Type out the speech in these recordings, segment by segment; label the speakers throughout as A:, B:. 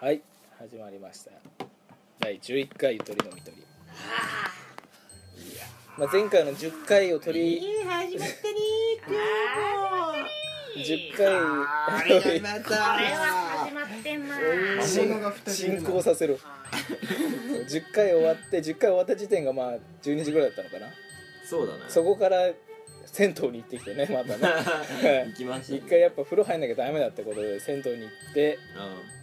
A: はい始まりました第11回ゆとりのみとり、まあ、前回の10回を取り
B: 始まったね
A: 10回を取り
B: また
C: これは始まってま
B: ー
C: す。
B: 魔物が二人いる
A: 進
B: な
A: 行させる10回終わって10回終わった時点がまあ12時ぐらいだったのかな
D: そうだな。
A: そこから銭湯に行ってきてねまた ね
D: 行きました、
A: 一回やっぱ風呂入んなきゃダメだってことで銭湯に行って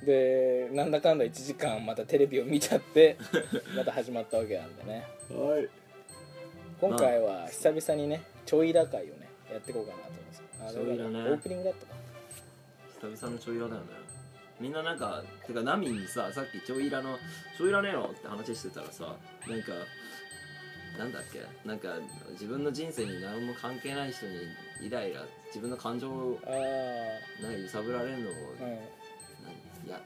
D: う
A: でなんだかんだ1時間またテレビを見ちゃって また始まったわけなんでね
D: ん。はい。
A: 今回は久々にねちょいら会をねやっていこうかなと思うんですよあ
D: ちょいらね
A: オープニングだったか
D: 久々のちょいらだよね。みんななんか、てか、ナミにさ、さっきちょいらの、ちょいらねえのって話してたらさ、なんか、なんだっけ、なんか、自分の人生に何も関係ない人にイライラ、自分の感情を
A: ああ
D: なんか揺さぶられるのを、
A: ーうん
D: なんいや、なん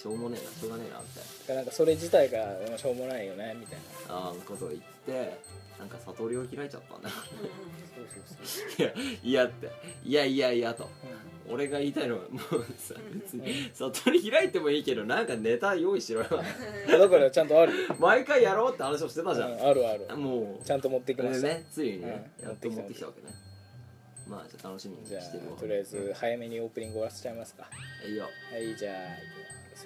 D: しょうもねえな、しょうがねえな、みたいな。
A: だからなんかそれ自体がうんしょうもないよねみたいな
D: あーことを言って、なんか悟りを開いちゃったんだ。
A: そうそうそ
D: いや、 いやって、いやいやいやと。
A: う、うん
D: 俺が言いたいのはもうさ別に外に開いてもいいけどなんかネタ用意しろよ
A: だからちゃんとある、
D: 毎回やろうって話をしてたじゃ
A: うんあるある
D: んもう
A: ちゃんと持ってき
D: こ
A: ま
D: れ
A: した、
D: ねついにね
A: うん
D: やっと持ってきたわけねまあじゃあ楽しみに
A: じゃ
D: してるわ
A: あとりあえず早めにオープニング終わらせちゃいますか
D: いいよ
A: はいじゃあ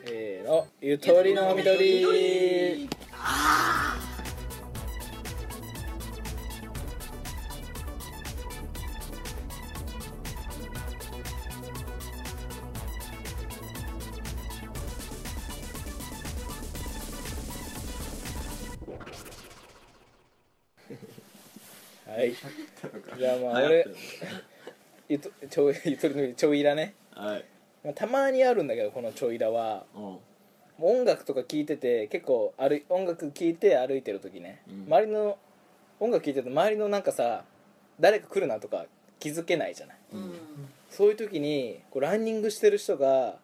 A: せーのゆとりのみどりはいじゃあまあ俺
D: 流行ってる
A: ゆとちょいゆとりのみちょいらね
D: はい
A: まあたまにあるんだけどこのちょいらは
D: うん
A: もう音楽とか聴いてて結構歩い音楽聴いて歩いてる時ね、
D: うん
A: 周りの音楽聴いてると周りのなんかさ誰か来るなとか気づけないじゃないそういう時にこうランニングしてる人が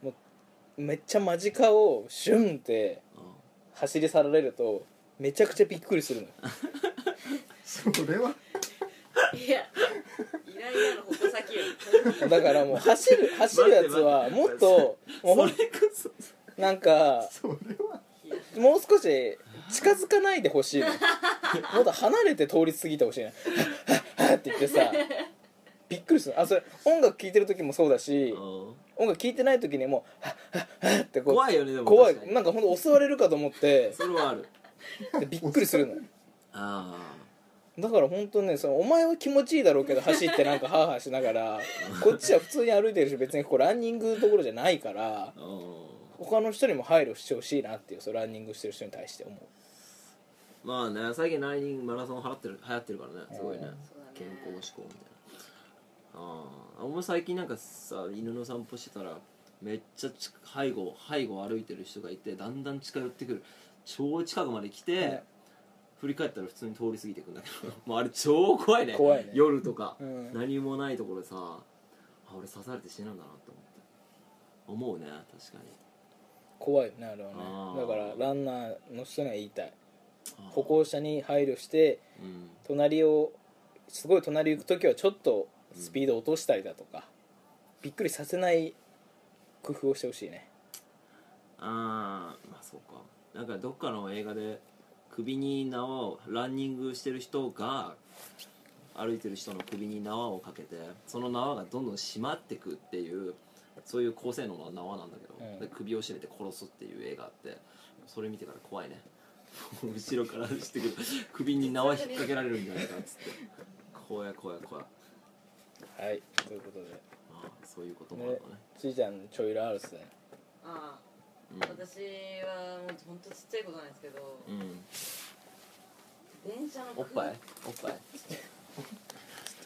A: もうめっちゃ間近をシュンって
D: う
A: 走り去られるとめちゃくちゃびっくりするのよ
B: それはい
C: や、イライラの矛先よ。
A: だからもう走る走るやつはもっともうんほん
D: それこそ
A: なんか
B: それは
A: もう少し近づかないでほ しいのもっと離れて通り過ぎてほしいのって言ってさびっくりするあそれ音楽聴いてる時もそうだし
D: うん
A: 音楽聴いてない時にもうってこう
D: 怖いよねでも
A: 怖い
D: 確かに
A: なんかほんと襲われるかと思って
D: それはある
A: でびっくりするのよ
D: あ
A: だから本当ねそのお前は気持ちいいだろうけど走ってなんかハーハーしながらこっちは普通に歩いてるし別にここランニングどころじゃないから
D: あうん
A: 他の人にも配慮してほしいなっていうそのランニングしてる人に対して思う
D: まあね最近ランニングマラソン流行ってる流行ってるからねすごいね
A: うん
C: そうだね
D: 健康志向みたいなああお前最近なんかさ犬の散歩してたらめっちゃち背後背後歩いてる人がいてだんだん近寄ってくる超近くまで来て、
A: ね
D: 振り返ったら普通に通り過ぎていくんだけど もうあれ超怖いね
A: 怖いね
D: 夜とか、
A: うん
D: 何もないところでさあ俺刺されて死ぬんだなと思って思うね確かに
A: 怖いよねあれ
D: あ
A: はね
D: ー
A: だからランナーの人には言いたい
D: ああ
A: 歩行者に配慮して
D: うん
A: 隣をすごい隣行く時はちょっとスピード落としたりだとか、びっくりさせない工夫をしてほしいね
D: あーまあそうかなんかどっかの映画で首に縄をランニングしてる人が歩いてる人の首に縄をかけてその縄がどんどん締まってくっていうそういう高性能な縄なんだけど、
A: うん
D: で首を絞めて殺すっていう映画あってそれ見てから怖いね 後ろからしてくる首に縄引っ掛けられるんじゃないかっつって怖い怖い怖い
A: はいということで
D: まあそういうこともあるのね
A: ちいちゃんのちょいラアルスで
C: あ
D: うん
C: あ、私はもう本当ちっちゃいことなんですけど、
D: うん、
C: 電車の
D: おっぱいおっぱい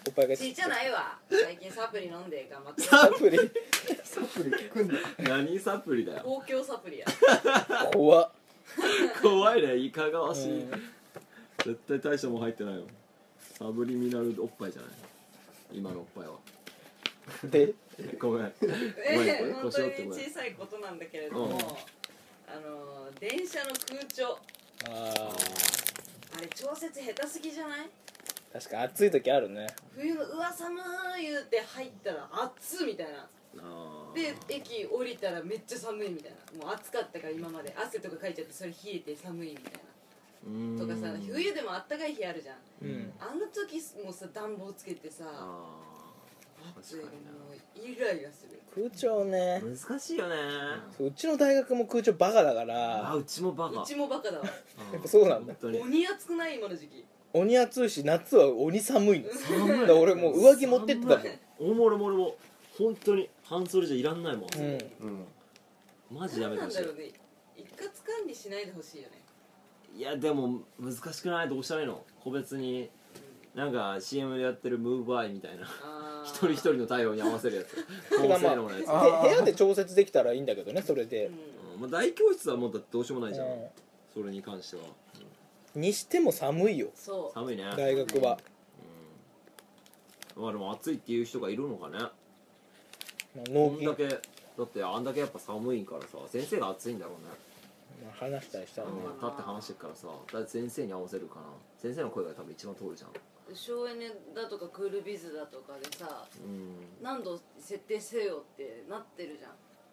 A: おっぱいが
C: ちっち
A: ゃ
C: ゃないわ。最近サプリ飲んで頑張って。
A: サプリ
B: サプリ聞くんだ
D: 何サプリだよ
C: 公共サプリや。
A: 怖っ
D: 怖いねいかがわしい、
A: うん
D: 絶対大したもん入ってないよサブリミナルおっぱいじゃない今のおっぱいは
A: で
D: ごめん
C: え
D: ごめん
C: え
D: ごめ
C: 本
D: ん
C: 当に
D: 腰折ってごめ
C: 小
D: ん
C: さいことなんだけれども、
D: うん
C: あの電車の空調
A: あー
C: あれ調節下手すぎじゃない
A: 確かに暑い時あるね
C: 冬のうわ寒い言うて入ったら暑っみたいな
D: あー
C: で駅降りたらめっちゃ寒いみたいなもう暑かったから今まで汗とかかいちゃってそれ冷えて寒いみたいう
D: ーん
C: なとかさ冬でもあったかい日あるじゃん
A: うん
C: あの時もさ暖房つけてさ
D: あー
C: 暑いの
D: 確
C: も
D: か
C: うイライラする
A: 空調ね
D: にな難しいよね
A: そううちの大学も空調バカだか
D: あ
A: ら
D: うちもバカ
C: うちもバカだわ
D: うん
A: やっぱそうなんだ
D: 本当に
C: 鬼暑くない今の時期
A: 鬼暑いし夏は鬼寒いの
D: 寒い
A: だから俺もう上着持ってってたもん
D: 寒いおもろもろも本当に半袖じゃいらんないもん、
A: うん
B: うん
D: マジや
C: 何
D: め
C: な
D: てほ
C: ん
D: し
C: だろう
D: い
C: ね一括管理しないでほしいよね
D: いやでも難しくないどうしたらいいの個別になんか CM でやってるムーバイみたいな
C: あー
D: 一人一人の対応に合わせるや つ高
A: だか
D: 性
A: ら
D: 能
A: ま
D: なやつ、
A: あ
B: あー
A: で部屋で調節できたらいいんだけどねそれで
C: う、ん
D: うんまあ、大教室はもうだってどうしようもないじゃん、
A: う
D: それに関しては、
A: んにしても寒いよ
C: そう
D: 寒いね
A: 大学は
D: うんまあでも暑いっていう人がいるのかねこ
A: 納
D: ん
A: 期ま
D: だけだってあんだけやっぱ寒いからさ先生が暑いんだろうね
A: あ話したりしたらね
D: うん立って話してっからさだって先生に合わせるかな先生の声が多分一番通るじゃん
C: 省エネだとかクールビズだとかでさ
D: う
C: 何度設定せよってなってるじゃ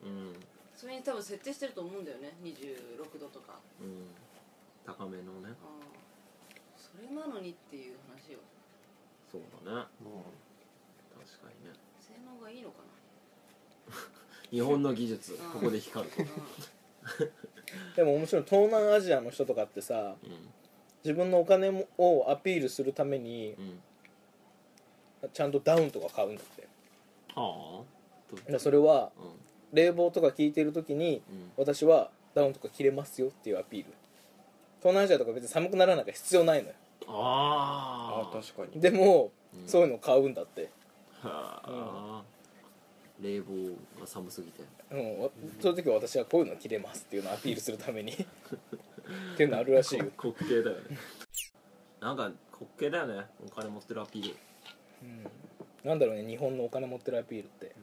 C: ん
D: んうん
C: それに多分設定してると思うんだよね26度とか
D: うん高めのね
C: うんそれなのにっていう話よ
D: そうだね
B: も
D: 確かにね
C: 性能がいいのか
D: 日本の技術
C: うん
D: ここで光る
C: な、
A: でも面白い東南アジアの人とかってさ
D: うん
A: 自分のお金もをアピールするために
D: うん
A: ちゃんとダウンとか買うんだってだ
D: はあど
A: からそれは
D: うん
A: 冷房とか効いてる時に
D: うん
A: 私はダウンとか着れますよっていうアピール東南アジアとか別に寒くならなきゃ必要ないのよ
D: あー
B: かに
A: でも、
D: うん
A: そういうのを買うんだって、
D: はあ冷房が寒すぎて
A: うん、わそういう時は私はこういうの着れますっていうのをアピールするためにっていうのあるらしいよ
D: 滑稽だよねなんか滑稽だよねお金持ってるアピール
A: うん、なんだろうね日本のお金持ってるアピールって、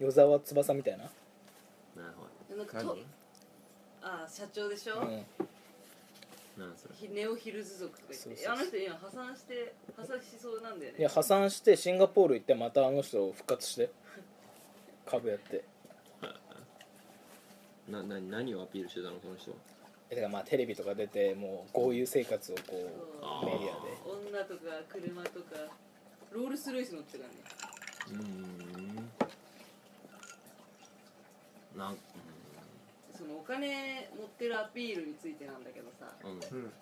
A: 与沢翼みたいな、
D: なるほ
C: うん、なんかと
B: 何
C: ああ社長でしょ、
A: うん、
D: どなんそれ
C: ひネオヒルズ族とか言って
A: そうそうそう
C: あの人今破産して破産しそうなんだよね
A: いや破産してシンガポール行ってまたあの人復活して株やって
D: なな何をアピールしてたのこの人は
A: えだからまあテレビとか出てもう豪遊生活をこ
C: そう
D: あ
A: うメディアで
C: 女とか車とかロールスロイス乗ってたね
D: うーんなん
C: そのお金持ってるアピールについてなんだけどさ
D: うんうん
B: うん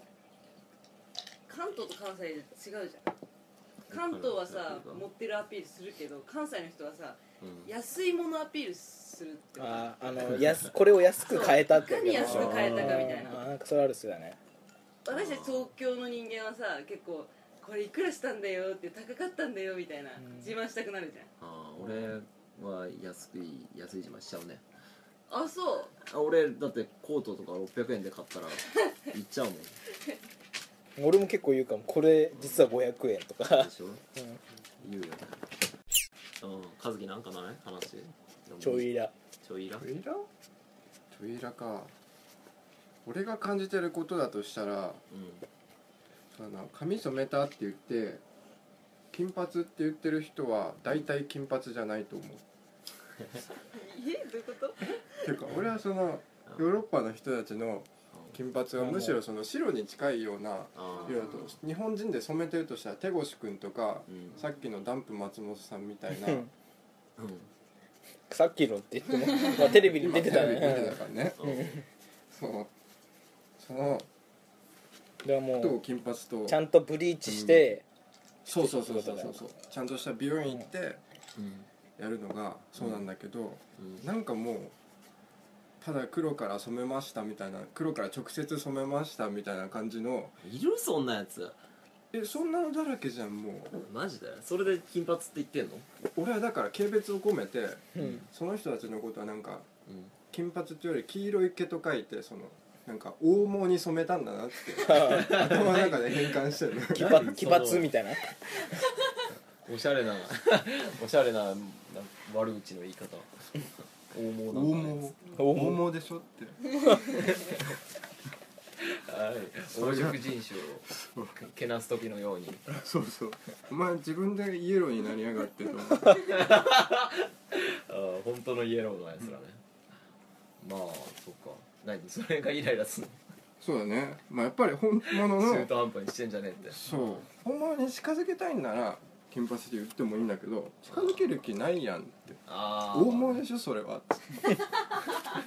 C: 関東と関西で違うじゃん関東はさ持ってるアピールするけど関西の人はさ
D: うん
C: 安いものアピールするってこと
A: あーあの安これを安く買えたって
C: いかに安
A: 話
C: く買えたかみたい
A: あ
C: な
A: ーなんかそれあるっすよね
C: 私たち東京の人間はさ結構これいくらしたんだよって高かったんだよみたいな、
A: うん
C: 自慢したくなるじゃ
D: あー俺は安くい安い自慢しちゃうね
C: んあそう
D: あ俺だってコートとか600円で買ったら行っちゃ うもんで
A: 俺も結構言うかもこれ実は500円とか、
D: しょ
A: うん
D: 言うよねうん和樹なんかない話
A: ちょいら
D: ちょいら
B: トイラトイラか俺が感じてることだとしたら
D: う
B: その髪染めたって言って金髪って言ってる人は大体金髪じゃないと思う
C: えどういうこと
B: ていうか俺はそのヨーロッパの人たちの
D: ん
B: 金髪はむしろその白に近いような
D: あー
B: 色だと日本人で染めてるとしたら手越くんとか
D: うん
B: さっきのダンプ松本さんみたいな
A: うん
D: うん
A: さっきのって言っても、 まあ、テレビに
B: 今テ
A: 出
B: レビ
A: てた
B: 見て
A: ね
B: たからね
D: うん
B: そうその
A: では
B: 人を
A: も
B: 金髪と
A: うちゃんとブリーチして、
B: そうそうそうそうそうそうちゃんとした美容院行って
D: うん
B: やるのがそうなんだけど、
D: うん
B: なんかもうただ黒から染めましたみたいな黒から直接染めましたみたいな感じの
D: いるそんなやつ
B: えそんなのだらけじゃんも
D: マジでそれで金髪って言ってんの
B: う俺はだから軽蔑を込めて
A: うん
B: その人たちのことはなんか
D: うん
B: 金髪っていうより黄色い毛と書いてそのなんか大毛に染めたんだなって 頭の中で変換してるの
A: 奇抜奇抜みたいな
D: おしゃ れなおしゃれなな悪口の言い方大物
B: 大毛
A: おも
B: 大毛でしょって
D: はい黄色人種をけなす時のように
B: そうそうお前自分でイエローになりやがってと思って
D: あー当のイエローのやつらね、まあそっか何それがイライラすんの
B: そうだねまあやっぱり本物
D: 中
B: の
D: 途半端にしてんじゃねえって
B: そう本物に近づけたいんなら金髪で言ってもいいんだけど近づける気ないやんって
D: ああ
B: 大物でしょそれは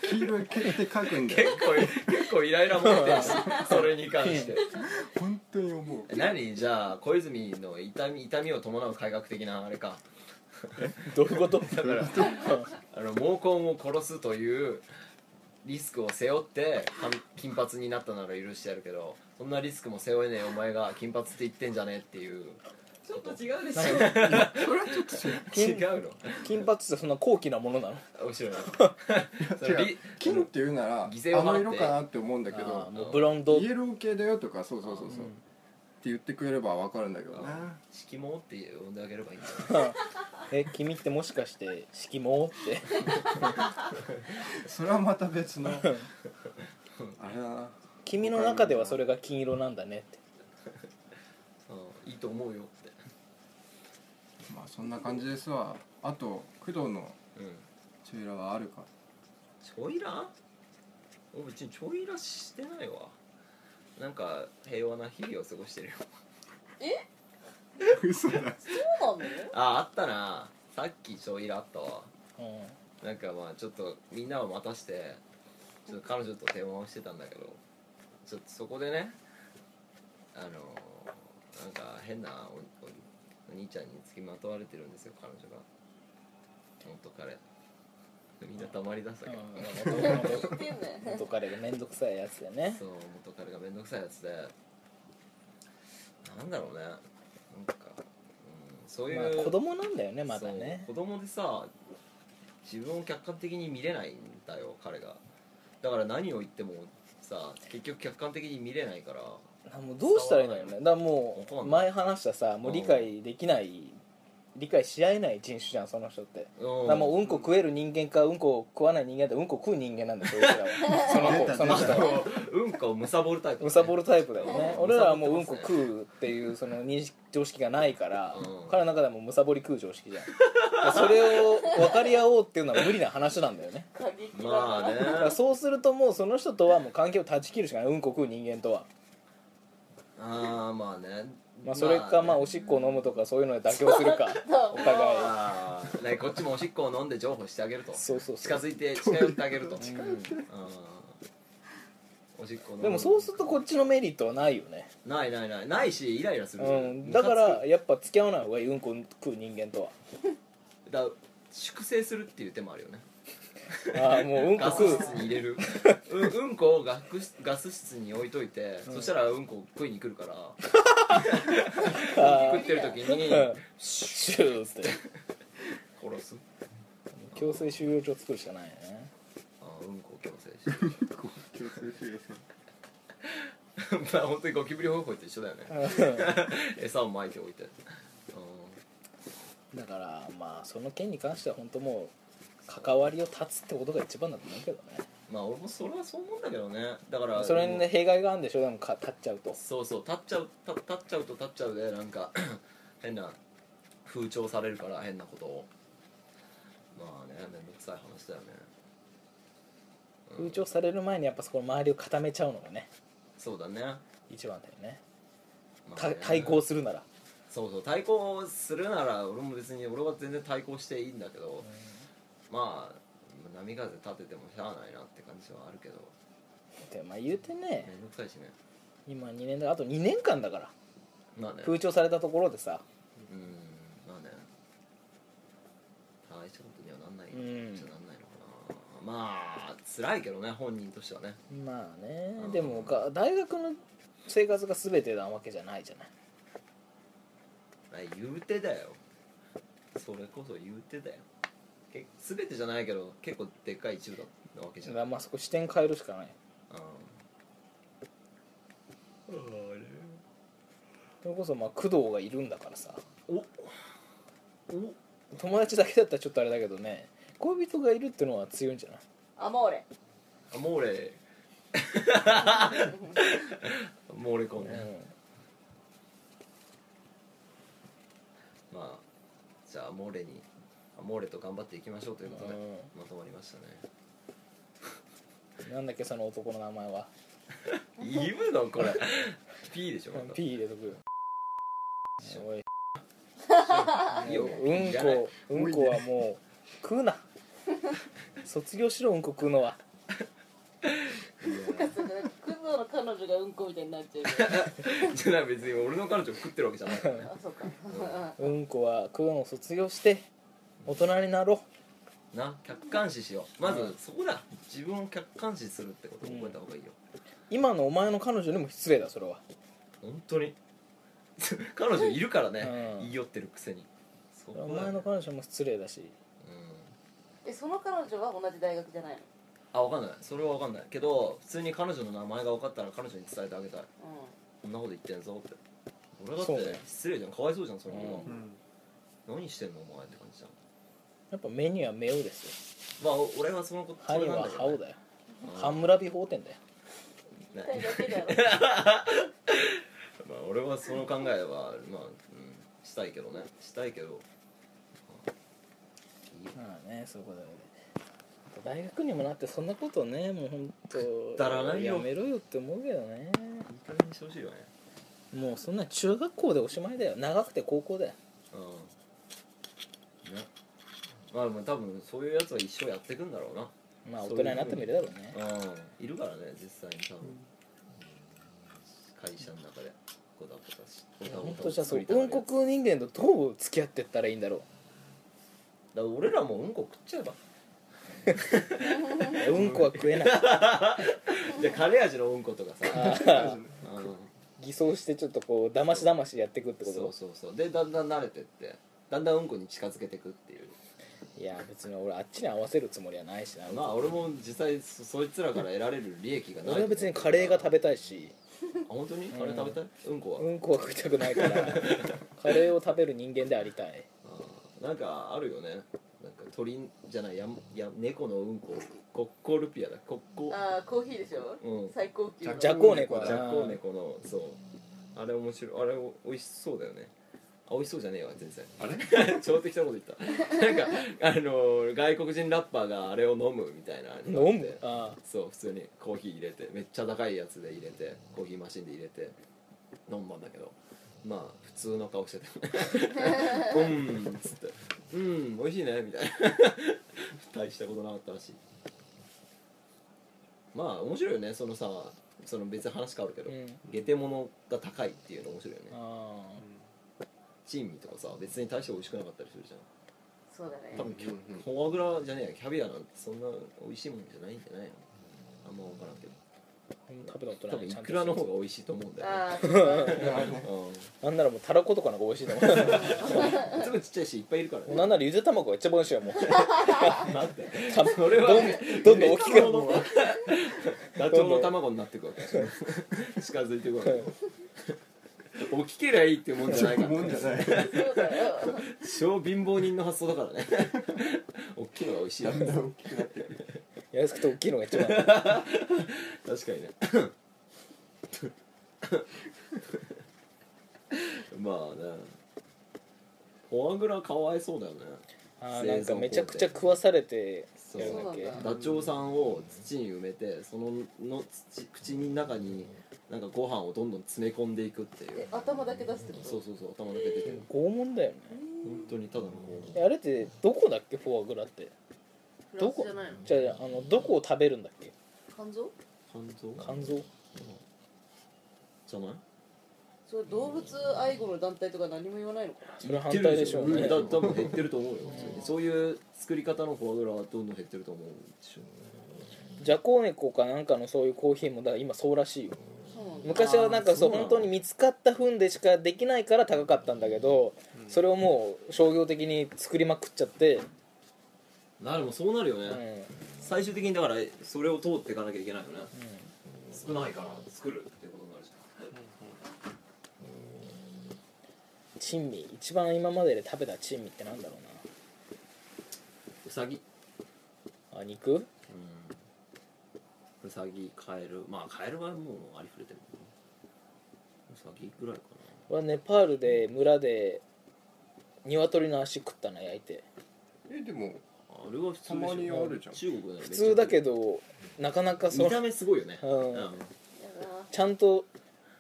B: 黄色い毛って書くんだよ
D: 結構結構イライラ持ってるしそれに関して
B: 本当に思う
D: え何じゃあ小泉の痛み痛みを伴う改革的なあれか
A: どういうこと
D: だからあの毛根を殺すというリスクを背負ってかん金髪になったなら許してやるけどそんなリスクも背負えねえお前が金髪って言ってんじゃねえっていう
C: ちょっと違うでしょ
A: 金
D: 違うの
A: 金髪ってそんな高貴なものなの
D: 面白いなそ
B: 違
D: れ
B: う
D: リ
B: 金って言うならあ
D: 犠牲を払って
B: の色かなって思うんだ
A: あ
B: け
A: ー
B: ど
A: もうブロンド
B: イエロー系だよとかそうそうそうそ
A: ん
B: ううって言ってくれれば分かるんだけどね
D: あ色毛って呼んであげればいいんじゃない
A: え君ってもしかして色毛って
B: それはまた別の あれだな
A: 君の中ではそれが金色なんだねって
D: うんいいと思うよって
B: まあそんな感じですわあと工藤の
D: うん
B: チューラはあるか
D: ちょいら俺別にちょいらしてないわなんか平和な日々を過ごしてるよ
B: 嘘だ
C: そうなの
D: ああったなさっきちょいらあったわ
A: うん
D: なんかまあちょっとみんなを待たしてちょっと彼女と電話をしてたんだけどちょっとそこでねあのなんか変なおおお兄ちゃんにつきまとわれてるんですよ彼女が元彼みんなたまりだしたけど、
A: うん元
C: 言ってんねん
A: 元彼が面倒くさいやつでね
D: そう元彼がめんどくさいやつでなんだろうねなんか、うん、そういう、
A: まあ子供なんだよねまだね
D: そう子供でさ自分を客観的に見れないんだよ彼がだから何を言ってもさ結局客観的に見れないから
A: あもうどうしたらいいんだろうねだからもう
D: わかんな
A: 前話したさもう理解できない理解し合えない人種じゃんその人ってだからもううんこ食える人間かうんこを食わない人間だうんこ食う人間なんだよ そいつらはその子その人は
D: うんこをむさぼるタイプ、
A: むさぼるタイプだよね
D: うん
A: 俺らはもううん
D: むさぼ
A: こ
D: ってます
A: 食うっていうその認識常識がないから、
D: うん
A: 彼の中でもむさぼり食う常識じゃんだからそれを分かり合おうっていうのは無理な話なんだよね
C: 過激だな、
D: まあね
A: だからそうするともうその人とはもう関係を断ち切るしかないうんこ食う人間とは、
D: ああまあね
A: まあ、それかまあ
D: ね
A: おしっこを飲むとかそういうので妥協す るかお互い
D: あーねこっちもおしっこを飲んで譲歩してあげる と
A: そうそう
D: 近
A: そう
D: づいて近寄ってあげると
A: 近
D: うんあーおしっこ飲む
A: でもそうするとこっちのメリットはないよね、
D: ないないないないしイライラする
A: う
D: じゃん
A: ん、だか
D: ムカ
A: らやっぱ付き合わない方がいいうんこ食う人間とは
D: つくだ粛清するっていう手もあるよね
A: ああもううんこ
D: ガ
A: 食
D: ス
A: う
D: 室に入れるうんうんこをガクスガス室に置いといて、そしたらうんこ食いに来るから
A: あ
D: 食ってる時に
A: ーうんシューって
D: 殺す
A: 強制収容所作るしかないよね
D: あーうんこを強制して
B: 強制収容
D: まあ本当にゴキブリ方法と一緒だよね餌をまいておいてう
A: だからまあその件に関しては本当もう関わりを断つってことが一番だと思うけどね
D: んまあ俺もそれはそう思うんだけどねだから
A: それにね弊害があるんでしょでもか立っちゃうと
D: そうそう立っちゃう立立っちゃうと立っちゃうでなんか 変な風潮されるから変なことをまあね面倒くさい話だよね
A: 風潮される前にやっぱそこの周りを固めちゃうのがね
D: そうだね,、
A: 一番だよね
D: まあ
A: た
D: ね
A: 対抗するなら
D: そうそう対抗するなら俺も別に俺は全然対抗していいんだけど、まあ波風立ててもしゃあないなって感じはあるけど
A: でまあ言うて
D: 面
A: ね
D: 倒くさいしね
A: 今2年だあと2年間だから
D: まあね
A: 風潮されたところでさ
D: うんまあね大したことにはなんない
A: うん
D: じゃなんないのかなまあ辛いけどね本人としてはね
A: まあね
D: うん
A: でもが大学の生活が全てなわけじゃないじゃない
D: まあ言うてだよそれこそ言うてだよけ全てじゃないけど結構でっかい一部だなわけじ
A: だ
D: ゃ
A: か
D: ない
A: らまあそこ視点変えるしかない
D: うんあれ
A: それこそまあ工藤がいるんだからさ
D: おお
A: 友達だけだったらちょっとあれだけどね恋人がいるってのは強いんじゃない
C: あもう俺
D: あモーレ モーレコンね、まあじゃあモーレにあモーレと頑張っていきましょうということで
A: うん
D: まとまりましたね
A: なんだっけその男の名前は
D: 言うのこ れ P でしょまた
A: P 入れとくよおい
D: いいよ
A: うん
D: いらない
A: こうんこはもう食うな卒業しろうんこ食うのは
C: クズの彼女がうんこみたいになっちゃう
D: じゃあ別に俺の彼女を食ってるわけじ ゃないからね
C: あそうか
A: うんこは食うのを卒業して大人になろ
D: な客観視しようまずそこだ自分を客観視するってことを覚えた方がいいよ、
A: う今のお前の彼女にも失礼だそれは
D: 本当に 彼女いるからね、
A: うん
D: 言い寄ってるくせにそ
A: お
D: だよ
A: 前の彼女も失礼だし
D: うん
E: えその彼女は同じ大学じゃないの
D: あわかんないそれはわかんないけど普通に彼女の名前が分かったら彼女に伝えてあげたいこんなこと言ってんぞって俺だっ
A: そう
D: て
A: ね
D: 失礼じゃんかわいそうじゃんそれも、
A: うん
D: 何してんのお前って感じじゃん
A: やっぱ目には目をですよ
D: まあお俺はそのこと
A: 歯には歯を
D: だ
A: だよ
D: よ
A: 歯村美法典だよ
D: ね
E: うん二人だけだろ
D: まあ俺はその考えはまあ、うん、したいけどねしたいけど
A: まあねそういうことで大学にもなってそんなことねもう本当
D: だらないよ
A: やめろよって思うけどね
D: いい加減にしてほしいよね
A: もうそんな中学校でおしまいだよ長くて高校だよ
D: うんねまあまあ多分そういうやつは一生やってくんだろうな
A: まあ大人になってもいるだろうね
D: うんいるからね実際に多分、会社の中でこたこたしこた
A: 本
D: こ
A: 当
D: た
A: じゃあそう
D: 作りたが
A: う
D: る
A: んこ食う人間とどう付き合ってったらいいんだろ
D: だから俺らもうんこ食っちゃえば
A: ううんこは食えない
D: でカレー味のうんことかさ、うん
A: 偽装してちょっとこうだましだましやっていくってこ
D: そう
A: と
D: そうそうでだんだん慣れてってだんだんうんこに近づけてくっていう
A: いや別に俺あっちに合わせるつもりはないしな
D: まあ俺も実際そそいつらから得られる利益がない
A: 俺は別にカレーが食べたいし
D: あ本当にカレー食べたい、うん、こは、
A: うんこは食いたくない からカレーを食べる人間でありたい
D: あーなんかあるよねなんか鳥じゃないやや猫のうんこコッコルピアだコッコ
E: あーコーヒーでしょ、
D: うん
E: 最高級の
A: じゃこう猫だ
D: ジャッコウネコのそうあれ面白いあれお美味しそうだよねあ美味しそうじゃねえわ全然あれ 超適当なこと言ったなんかあのー外国人ラッパーがあれを飲むみたいなのがあって
A: 飲むあ
D: そう普通にコーヒー入れてめっちゃ高いやつで入れてコーヒーマシンで入れて飲んだんだけどまあ普通の顔してたうんっつって「うん美味しいね」みたいな大したことなかったらしいまあ面白いよねそのさその別に話変わるけ
A: あ
D: ど、
A: うん
D: 下手物が高いっていうの面白いよね
A: ああ
D: 珍味とかさ別に大して美味しくなかったりするじゃん
E: そうだね
D: 多分キャフォアグラじゃねえやキャビアなんてそんな美味しいもんじゃないんじゃないのあんま分からんけど
A: 食べたこと
D: 多
A: な
D: 分
A: い
D: イ
A: ちゃんと
D: クラの方が美味しいと思うんだよ、ね
E: あー
A: なんならもうたらことかの方が美味しいと思
D: うん、すぐちっちゃいしいっぱいいるから
A: う
D: ね
A: なんならゆで卵が一番美味しいよもう
D: だって
A: た
D: それは
A: どん
D: ね
A: どんどん大きくなる
D: どんどんダチョウの卵になってくわけ近づいてくわけ大きけりゃいいってもんじゃないから
B: もんじゃない
E: そうだよ
D: 超貧乏人の発想だからね 大きいのが美味しい
B: だんだん大きくなってくる
A: 安くて大きいのが一番
D: 確か にねまあねフォアグラかわいそうだよね
A: あーなんかめちゃくちゃ食わされて
D: そう
A: やるんだっけ
E: そうなんだ
D: ダチョウさんを土に埋めてそのの土口の中になんかご飯をどんどん詰め込んでいくっていう
E: え頭だけ出すってこと
D: そうそうそう頭だけ出てる
A: 拷問だよね
D: 本当にただのこ
A: えあれってどこだっけフォアグラって
E: フラ
A: ど
E: ンス
A: こ
E: じゃないの
A: じゃああのどこを食べるんだっけ
E: 肝臓
D: う肝臓
A: 肝臓
D: じゃない
E: それ動物愛護の団体とか何も言わないのか
A: それ反対でしょうね
D: んだ多分減ってると思うよ普通にそういう作り方のフォアグラはどんどん減ってると思うでしょ
A: じゃこう猫かなんかのそういうコーヒーもだから今そうらしいよ
E: そうなんだ
A: 昔はなんかそう
D: あーそうなの
A: 本当に見つかった糞でしかできないから高かったんだけどそれをもう商業的に作りまくっちゃって、
D: なでもそうなるよね、
A: うん、
D: 最終的にだからそれを通っていかなきゃいけないよね、少ないから作るってことになるじ
A: 珍味一番今までで食べた珍味ってなんだろ
D: ゃんうさぎ
A: うなあ肉
D: うさぎカエルまあカエルはもうありふれてるもんねうさぎぐらいか
A: 俺はネパールで村で鶏の足食ったな焼いて
E: え
B: えでも
D: あれは普通でしょ
B: たまにあるじゃん
D: 中国だよ
A: 普通だけ
D: ど
A: どなかなかそ
D: 見
A: う
D: た目すごいよね
A: うん
D: うん
A: ちゃんと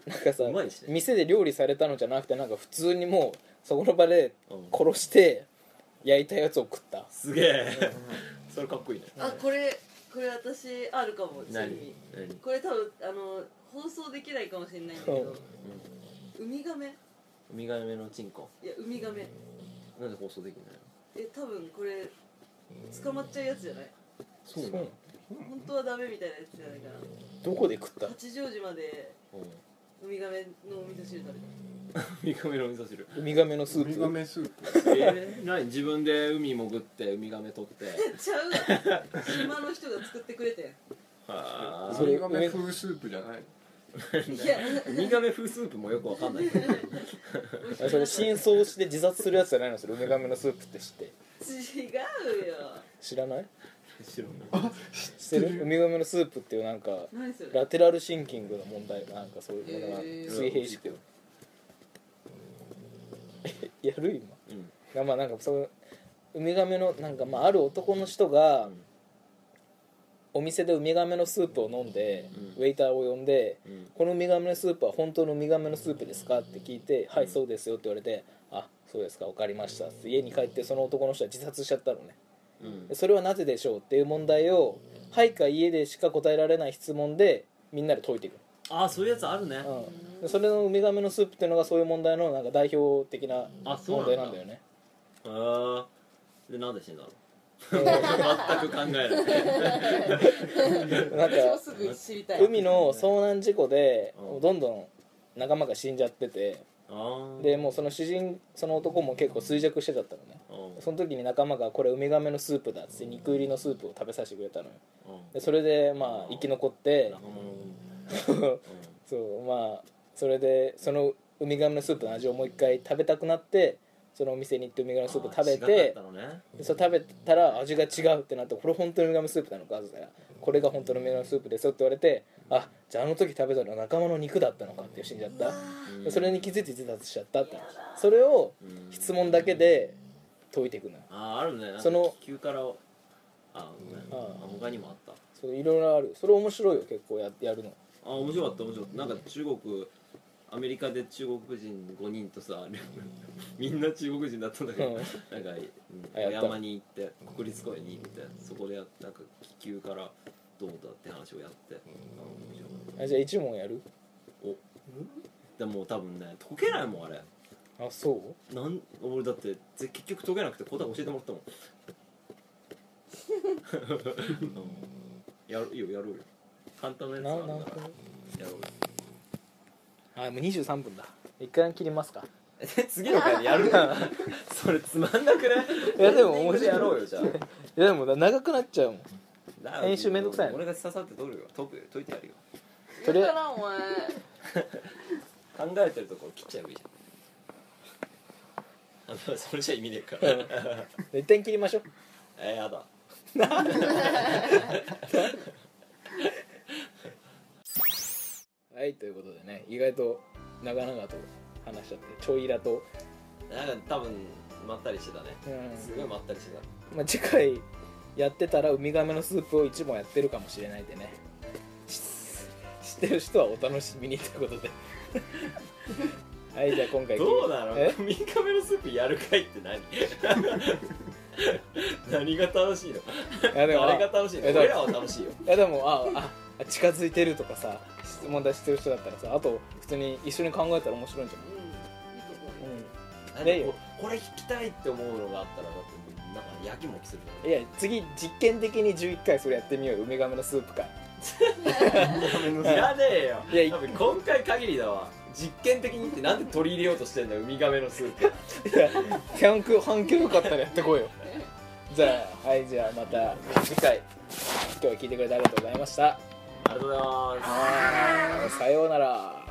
A: なんかさ
D: うまいしね
A: 店で料理されたのじゃなくてなんか普通にもうそこの場で
D: うん
A: 殺して焼いたやつを食った
D: すげえそれかっこいいね
C: あこれこれ私あるかもちなみに
D: 何何
C: これ多分あの放送できないかもしれないんだけどウミガメ
D: ウミガメのチンコ
C: いやウミガメ
D: なんで放送できないの
C: え多分これ捕まっちゃうやつじゃない
B: そうな
A: そ
B: の
A: う
C: 本当はダメみたいなやつじゃないか
A: どこで食った
C: な八丈島で
D: うんウ
C: ウミガメのお味噌汁食べた
D: ミガメのお味噌汁
A: ウミガメのス
B: ウミガ
A: ープ
B: メスープ
D: えー、何自分で海潜ってウミガメ取って
C: ちゃうわ島の人が作ってくれて
D: あ
B: ウ
A: それ
B: ミガメ風スープじゃない
C: んいや
D: ウミガメ風スープもよくわかんないけど
C: 美味し
A: あそれ真相して自殺するやつじゃないのそれウミガメのスープって知って
C: い違うよ
A: 知らない
D: 白
A: 知ってるウミガメのスープっていうなんか
C: 何それ
A: ラテラルシンキングの問題なんかそういうものが
E: へー
A: 水平思考やる今
D: う
A: が
D: ん
A: まあなんかそのウミガメのなんかまあある男の人が
D: ん
A: お店でウミガメのスープを飲んで、
D: うん
A: ウェイターを呼んで、
D: うん
A: このウミガメのスープは本当のウミガメのスープですか?」って聞いて「はいそうですよ」って言われて「あそうですか分かりました」って家に帰ってその男の人は自殺しちゃったのね
D: うん
A: でそれはなぜでしょうっていう問題を「はい」か「家でしか答えられない質問でみんなで解いていく
D: ああそういうやつあるね
A: の、うん、でそれのウミガメのスープっていうのがそういう問題のなんか代表的な
D: あそうな
A: 問題
D: んだ
A: なんだよね
D: あーでなんで死んだの全く考えな
A: な
D: い
A: ん
E: 私も
A: か
E: すぐ知りたい
A: 海の遭難事故で
D: うん
A: もうどんどん仲間が死んじゃってて
D: あー
A: でもうその主人その男も結構衰弱してちゃったのね
D: うん
A: その時に仲間が「これウミガメのスープだ」っつって肉入りのスープを食べさせてくれたのよ
D: う
A: でそれでまあ生き残って
D: 仲間のうん
A: そうまあそれでそのウミガメのスープの味をもう一回食べたくなってそのお店に行ってウミガメのスープ食べ
D: あー違かってたのね
A: でそれ食べたら味が違うってなってこれ本当のウミガメスープなのかって言ったらこれが本当のウミガメスープですよって言われてあじゃああの時食べたのは仲間の肉だったのかって死んじゃった
D: うん
A: でそれに気づいて自殺しちゃったって話それを
D: うん
A: 質問だけで解いていくのよ
D: あああるね
A: その
D: 急からあごめん
A: あ
D: あ他にもあった
A: そういろいろあるそれ面白いよ結構ややるの
D: あ面白かった面白かったなんか中国アメリカで中国人5人とさみんな中国人だったんだけど、
A: うん
D: なんか、
A: あ
D: う
A: や
D: ん、
A: った
D: 山に行って国立公園に行ってそこでやなんか気球からどうだって話をやって、あ面白かっ
A: あじゃあ一問やる
D: たでも多分ね解けないもんあれ
A: あそう
D: なん俺だってぜ結局解けなくて答え教えてもらったもん、うん やるいいよやろうよ簡単なやつ
A: な
D: あ
A: なん
D: るなら
A: か
D: やろうよ
A: あもう23分だ一回切りますか
D: え 次の回で やるなそれつまんなくない
A: いやでも面白い
D: やろうよじゃ
A: いやでも長くなっちゃうもん
D: あ
A: 編集めんどくさいの
D: 俺が刺さって取るよ解くよ解いてやるよ
A: とりあえ
E: だ
A: ず
E: からお前
D: 考えてるところ切っちゃえばいいじゃんあでも それじゃ意味ねえから
A: 一旦切りましょう
D: えー、やだ
A: はいということでね意外と長々と話しちゃってちょいらと、
D: なんか多分まったりしてたねすごいまったりして
A: まあ、次回やってたらウミガメのスープを一問やってるかもしれないでねし知ってる人はお楽しみにということ ではいじゃあ今
D: た
A: 回
D: どうなの
A: え
D: 3日目のスープやるかいって 何何が楽しいの
A: いやでも
D: 誰が楽しいの
A: えだ
D: 俺らは楽しいよ
A: いやでもあああ近づいてるとかさ質問出してる人だったらさあと普通に一緒に考えたら面白いんじゃ
C: うんいいとこ
A: ない、
D: あ
A: ねえ
D: で
A: よ
D: もこれ聞きたいって思うのがあったらだってなんかやきもきする
A: いや次実験的に11回それやってみようよウミガメのスープ会
D: じゃんいらねえよ
A: いやい
D: 多分今回限りだわ実験的にってなんで取り入れようとしてんだよウミガメのスープ
A: いや反響反響よかったらやってこいよじゃあはいじゃあまた次回今日は聞いてくれてありがとうございました
D: ありがとうございます
A: さようなら